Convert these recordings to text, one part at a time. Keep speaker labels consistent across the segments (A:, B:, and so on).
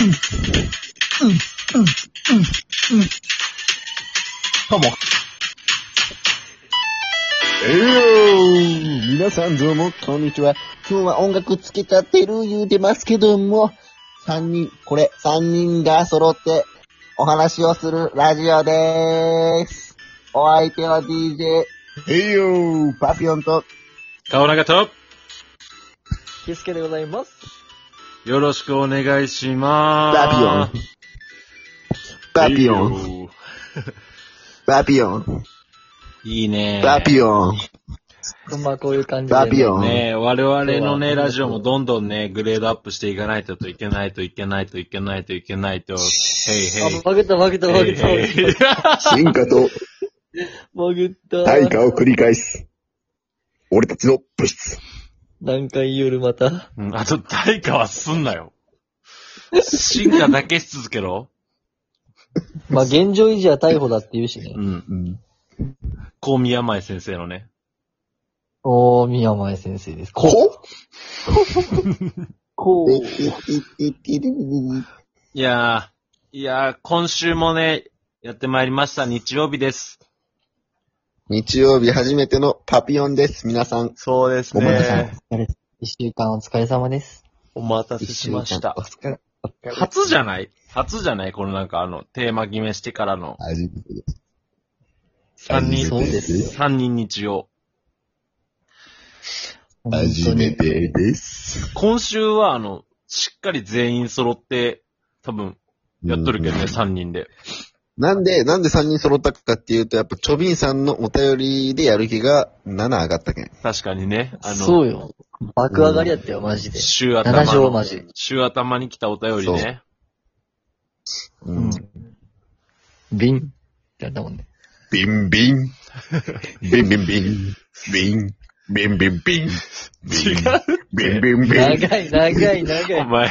A: うん、うん、うん、うん。
B: どうも。えーよー皆さんどうも、こんにちは。今日は音楽つけたってる言うてますけども、三人、これ、三人が揃ってお話をするラジオでーす。お相手は DJ、えーよーパピオンと、
C: 顔長と、
D: キスケでございます。
C: よろしくお願いしま
B: パ
C: ー
B: ピオン
C: す。。
B: パピオン、
C: ン。
B: パピオン、
C: いいね。
B: パピオン。
D: まあこういう感じで、
B: パピオン
C: ねえ、我々のね、
D: そう
C: ラジオもどんどんね、グレードアップしていかないといけないといけないといけないといけないと。へい
D: あ、
C: へい。
D: 曲げた曲げた曲げた。
C: へいへい
B: 進化と
D: 曲げた。
B: 退化を繰り返す。俺たちの物質。
D: 何回夜また。
C: うんあと、対価はすんなよ。進化だけし続けろ。
D: まあ現状維持は逮捕だって言うしね
C: う。ん。香宮前先生のね。
D: おー、宮前先生です。こ
B: こ
D: こう。
C: いやー、いやー、今週もね、やってまいりました。日曜日です。
B: 日曜日初めてのパピオンです。皆さん、
C: そうです
B: ごめんなさい。
D: 一週間お疲れ様です。
C: お待たせ
B: 一
C: し
B: 週
C: ま
B: 間
C: した
B: お。疲れ。お疲れ
C: 初じゃない初じゃないこのなんかあの、テーマ決めしてからの
B: 初めてです。
C: 3人、
B: 初めてです。
C: 三人日曜。
D: 本当
B: 初め
D: に。
B: てです。
C: 今週はあの、しっかり全員揃って、多分、やっとるけどね、
B: うん
C: 3人で。
B: なんで、なんで3人揃ったかっていうと、やっぱ、チョビンさんのお便りでやる気が7上がったけん。
C: 確かにね、あ
D: そ
C: の、
D: うよ。爆上がりやったよ、マジで。
C: 週頭
D: 七条マ
C: の、
D: ジ。
C: 週頭に来たお便りね。
B: う
D: うんん。。ビン。ってやったもんね。
B: ビンビン。ビンビンビン。ビン。ビンビンビン。
C: 違う。
B: ビンビンビン。
D: 長い、長い、長
C: お
D: い。
C: 前、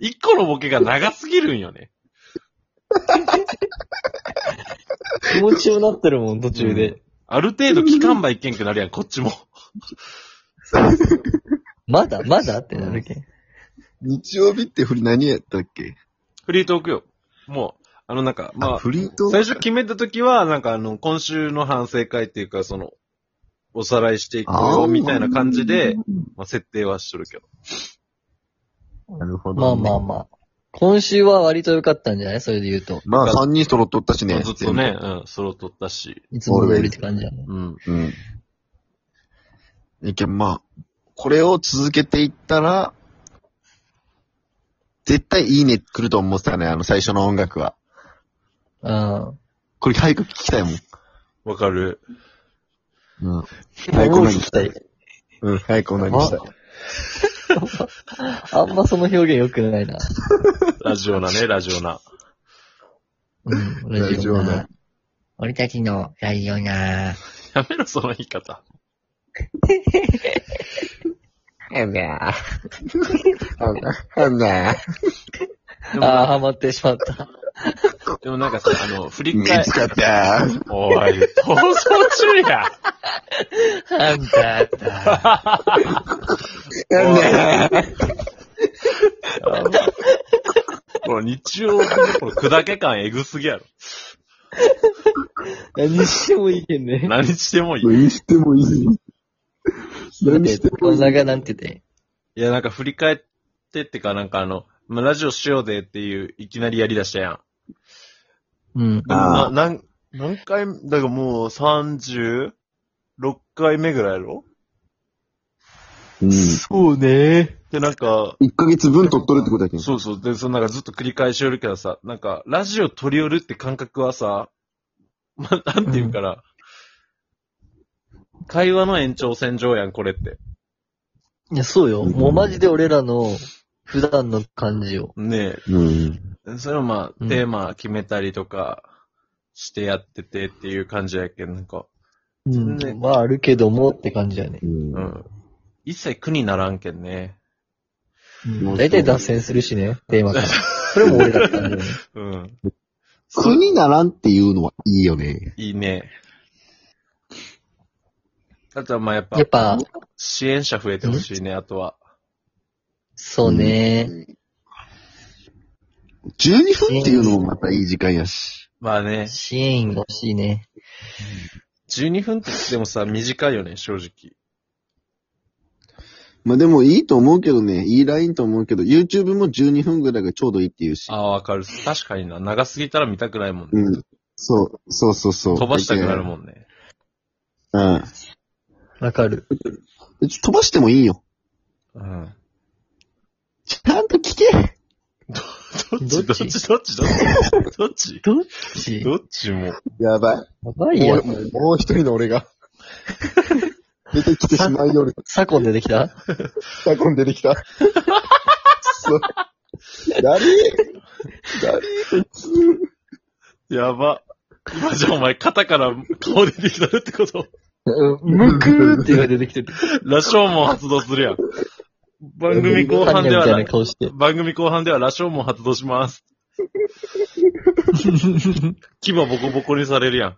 C: 一個のボケが長すぎるんよね。
D: 気持ちよなってるもん、途中で。
C: ある程度期間ばいけんくなるやん、こっちも。
D: まだ、まだってなるけん。
B: 日曜日って振り何やったっけ
C: フリートークよ。もう、あのなんか、まあ、
B: フリートーク
C: 最初決めた時は、なんかあの、今週の反省会っていうか、その、おさらいしていく
B: あー
C: よ、みたいな感じで、まあ、設定はしとるけど。
B: なるほ
D: まあ
B: どね、
D: まあまあ。今週は割と良かったんじゃないそれで言うと。
B: まあ。3人揃っとったし
C: まあ
B: ね。
C: ずっとね、うん、ソロ取ったし、
D: いつも通りって感じやね。
C: うん。
B: うん。いけん、まあ、これを続けていったら、絶対いいね来ると思ってたね、あの最初の音楽は。
D: うん。
B: これ早く聞きたいもん。
C: わかる。
B: うん。早くオナニーしたい。うん、早くオナニーしたい。
D: あんまその表現良くないな。
C: ラジオな ね、ラジオな。
D: うん。
B: ラジオな。
D: 俺たちのラジオな。
C: やめろ、その言い方。
B: はんなぁ。はんなぁ。
C: でも
D: ああ、
C: な、
D: ハマってしまった。
C: でもなんかさ、あの、振り
B: 見
C: 返
B: つ、かったー。
C: おい、逃走中や
D: あんただ。
B: はんなぁ。
C: この日曜日のこの砕け感えぐすぎやろ。
D: 何してもいいけんね。
C: 何してもいい。
B: 何してもいい。何しても
D: こ
B: い
D: ん
B: い。
D: ながなんてて。
C: いや、なんか振り返ってってか、なんかあの、まあ、ラジオしようでっていう、いきなりやりだしたやん。
D: うん。
B: あー
C: な、なん、何回、だからもう36回目ぐらいやろ
B: うん。
D: そうね。
C: で、なんか、
B: 1ヶ月分取っとるってことだけど。
C: そうそう、で、そのなんかずっと繰り返しよるけどさ、なんか、ラジオ取り寄るって感覚はさ、まあ、なんていうから、会話の延長線上やん、これって。
D: いや、そうよ。もうマジで俺らの普段の感じを。
C: ね
B: うん。
C: え、それをま
D: う
C: あ、
D: ん
C: テーマ決めたりとか、してやっててっていう感じやけん、なんか、
D: う
C: 全
D: ん。
C: 然
D: まあ、あるけどもって感じやね。
B: うん
C: うん。一切苦にならんけんね。
D: うん大体脱線するしね、テー マから。それも俺らって感じだね。
C: うん。
B: 苦にならんっていうのはいいよね。
C: いいね。あとはまあやっぱ
D: やっ、ぱ、
C: 支援者増えてほしいね、あとは。
D: そうね。
B: 12分っていうのもまたいい時間やし。
C: まあね、
D: シーンが欲しいね。
C: 12分って言ってもさ、短いよね、正直。
B: まあでもいいと思うけどね、いいラインと思うけど、YouTube も12分ぐらいがちょうどいいっていうし。
C: ああ、わかる。確かにな。長すぎたら見たくないもんね。
B: うん。そう、そうそうそう。
C: 飛ばしたくなるもんね。
B: うん。
D: わかる。
B: うち飛ばしてもいいよ。
C: うん。
B: ちゃんと聞け
C: どっちどっ
D: ど
C: ち
D: っ
C: どっちどっちどっち
D: し
C: どっちも。
E: やばい。
D: やばい
E: も
D: や
E: う、。もう一人の俺 が。出てきてしまいよる。
D: サコン出てきた
E: タコン出て きた。そう。だりーだりー
C: やば。今じゃあお前肩から顔出てきたってこと。
D: むくーって言われてきてる。
C: 羅生門発動するやん。番組 後半で
D: み
C: は
D: た
C: ない、
D: ない顔して。
C: 番組後半では羅生門発動します。牙ボコボコにされるやん。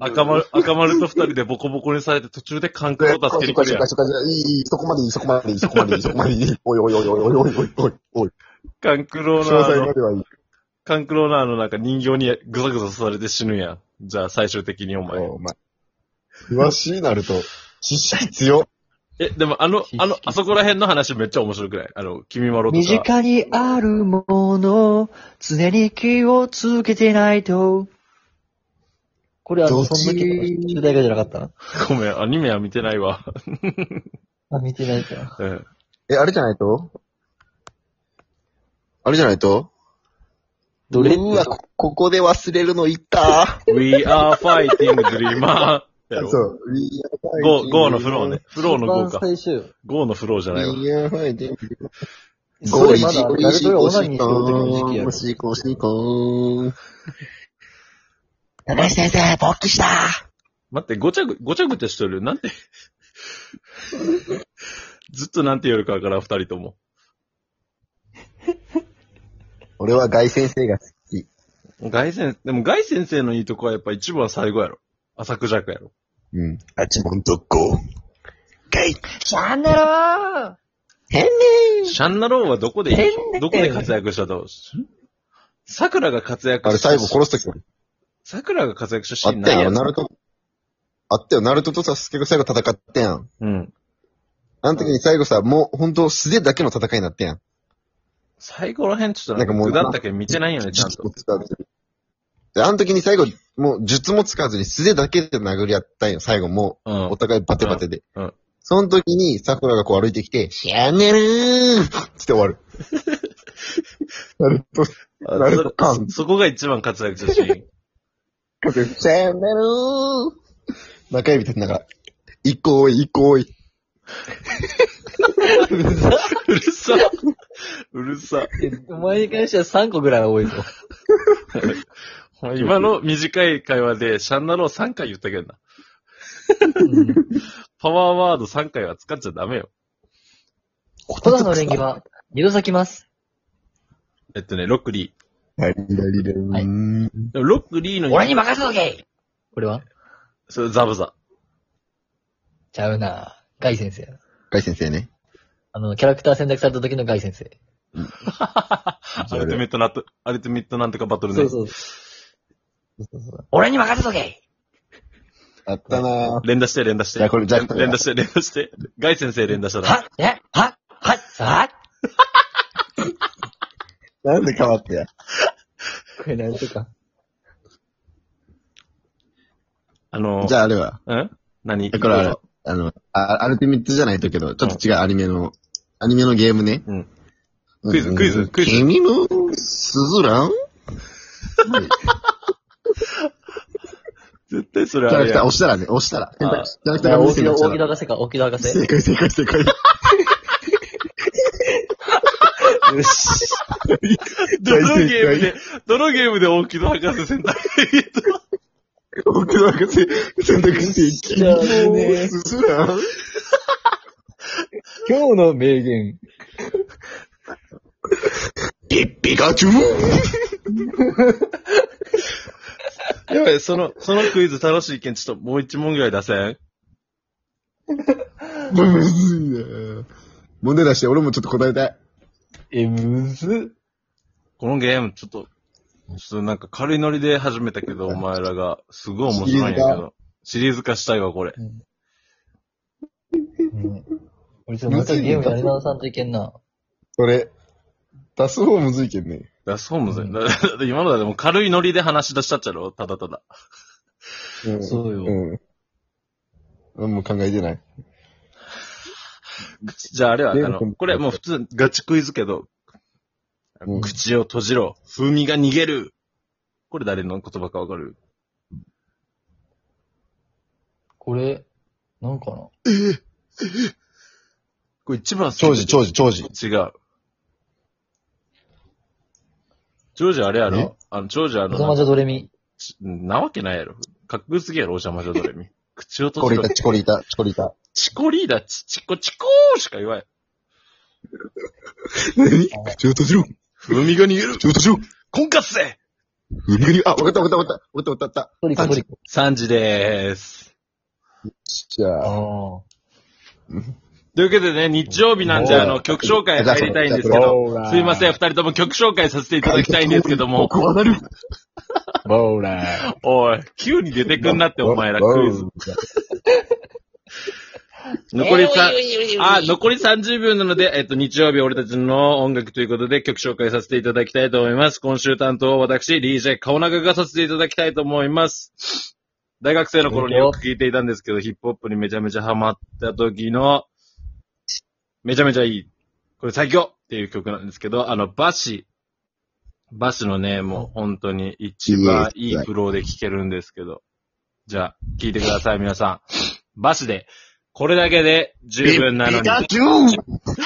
C: 赤丸、赤丸と二人でボコボコにされて途中で感覚を助けに来るやん。
E: いい、いい、そこまでいい、そこまでいい、そこまでいい、そこまでいい。おいおいおいおいおいおいおいおい。
C: カンクロ
E: 詳
C: ーナー
E: 細ま
C: の、
E: ではいい。
C: カンクローナーのなんか人形にぐさぐさされて死ぬやん。じゃあ最終的にお前。
E: お前。詳しいなると、知識強。
C: え、でもあの、あの、あそこら辺の話めっちゃ面白くないあの、君まろと
D: 身
C: か。
D: 近にあるもの、常に気をつけてないと。これあの、
E: どっち
D: そんな主題歌じゃなかったな。
C: ごめん、アニメは見てないわ。
D: あ、見てないか。
C: うん
E: え、あれじゃないと
B: あれじゃないと
D: どれ
E: うわ、こここで忘れるのいった。
C: We are fighting dreamer. やろ。
E: そう。
C: ゴー、ゴーのフローね。。フローのゴー
D: 一
C: か
D: 番。最終。
C: ゴーのフローじゃないわ。
D: ゴ
B: ゴ
D: ー
B: ー
D: リ
B: リ
D: まだ
B: ゴ
D: 誰とオナニーしてる時の時期やろ
B: お。しいこ、おしいこ。
E: 高橋先生、勃起した。
C: 待って、ごちゃぐ、ごちゃごちゃしとる。なんて。 ずっとなんて言うかわからん、二人とも。
E: 俺は外先生が好き。
C: ガイ先生、でもガイ先生のいいとこはやっぱ一番は最後やろ。浅くじゃくやろ。
B: うん。あっちもんとこう。
D: シャンネロー
C: シャンナローはどこで
D: 変ね、
C: どこで活躍したと桜が活躍
B: あれ
C: した。
B: 最後殺すとき
C: 桜が活躍したシ
B: あ
C: ー
B: っ
C: ン
B: た
C: ない
B: や
C: や
B: ん、
C: つ
B: ナルト。あったよ、ナルトとサスケが最後戦ったやん。
C: うん。
B: あの時に最後さ、もう本当素手だけの戦いになったやん。
C: 最後ら辺ちょっとなんか
B: なんかもう
C: 具だったけ見てないよね、ちゃん
B: 術
C: と
B: も。使わずに。であの時に最後、もう術も使わずに素手だけで殴り合ったんよ、最後も
C: う
B: う。
C: ん
B: お。互いバテバテで。
C: うんうん
B: その時に、桜がこう歩いてきて、シャンネルーって終 わる。ナルト、
C: あ
B: ナルトカ
C: そ
B: ン
C: そこが一番活躍したシー
B: シ
C: ン。
B: ャンネルー中指立てながら、行こう、行こう。
C: うるさ。うるさ。
D: お前に関しては3個ぐらいは多いぞ。
C: 今の短い会話でシャンナロー3回言ったけどな。パワーワード3回は使っちゃダメよ。
D: コダの連技は二度咲きます。
C: えっとね、ロックリ
B: ラリラリラーン
D: はい
C: ー。でもロックリーの、
D: 俺に任せとけこれは
C: それザブザ。
D: ちゃうなガイ先生。
B: ガイ先生ね。
D: あの、キャラクター選択された時のガイ先生。
C: アルティメットナット、アルティメットなんとかバトルね。
D: そうそう。俺に任せとけ
B: あったなぁ。
C: 連打して、連打して。
B: じゃあこれじゃあこれ
C: 連打して、連打して。ガイ先生連打したら。
D: はえははは
B: なんで変わってや。
D: これなんとか。
C: あのー、
B: じゃああれは。
C: うん何
B: だからあれ、あの、あアルティメットじゃないとけど、ちょっと違うアニメの、アニメのゲームね。
C: うん
B: うん。
C: クイズクイズクイズ
B: 君のスズラン
C: 絶対それ
B: キャ
C: あ
B: ラ
C: れ
B: ク
C: や
B: ター
C: ん。
B: 押したらね、押したら。キャ
C: あ
B: ラクターが
D: 大
B: 押し
D: 木
B: て
D: 戸、
B: ら
D: 大木戸博士か、大木戸博士。
B: 正解正解正解。
D: よし。
C: どのゲームで、どのゲームで大木戸博士選択
B: 僕の博士、選択して、君
D: じゃあね
B: のスズラン
D: 今日の名言。
B: ピッピカ チュウ
C: やばい、その、そのクイズ楽しいけん、ちょっともう一問ぐらい出せん
B: むずいなぁ問題出して、俺もちょっと答えたい。
D: え、むず。
C: このゲーム、ちょっと、ちょっとなんか軽いノリで始めたけど、お前らが、すごい面白いんやけど。シリーズ化したいわ、これ。
D: うん。俺ちょっともう一回ゲームやり直さんといけんな。
F: それ、出す方むずいけんね。
C: だそうむずい。だだって今のだでも軽いノリで話し出したっちゃろただただ。
F: うん。
D: そうよ。
F: うん。何も考えてない。
C: じゃああれは、あ
F: で
C: の、これもう普通ガチクイズけど、
F: うん
C: 口を閉じろ、風味が逃げる。これ誰の言葉かわかる
D: これ、なんかな
C: これ一番
F: 長寿、長寿、長寿。
C: 寿。違う。長寿あれや
F: え
C: ろあの、長寿あ
D: お
C: の
D: 邪魔
C: な
D: 女ドレミ。
C: なわけないやろ。かっこよすぎやろ、お邪魔女ドレ ミ。口を
F: チコ
C: 閉
F: リ
C: じろ
F: タ、。チコリタ、チコリタ。
C: チコリーダ、チチコチコーしか言わん。
F: 何口を閉じろ
C: 風味が逃げる。
F: 口を閉じろ
C: 婚活生
F: 海に、あ、わかったわかったわかったわかったわかったわかっ
D: トリコトリコ。
C: !3 時でーす。
F: た。じゃあ、
D: あ
C: というわけでね、日曜日なんで、
F: おー
C: あの、曲紹介入りたいんですけど、
F: ボーラー
C: すいません、二人とも曲紹介させていただきたいんですけども、
F: 僕はなる。ボーラー。
C: おい、急に出てくんなって、お前らクイズ。残りさ、あ、残り30秒なので、えっと、日曜日俺たちの音楽ということで曲紹介させていただきたいと思います。今週担当は私、DJ 顔長がさせていただきたいと思います。大学生の頃によく聴いていたんですけど、ヒップホップにめちゃめちゃハマった時の、めちゃめちゃいい。これ最強っていう曲なんですけど、あの、バシ。バシのね、もう本当に一番いいプロで聴けるんですけど。じゃあ、聴いてください、皆さん。バシで、これだけで十分なのに。
F: ピカチュウ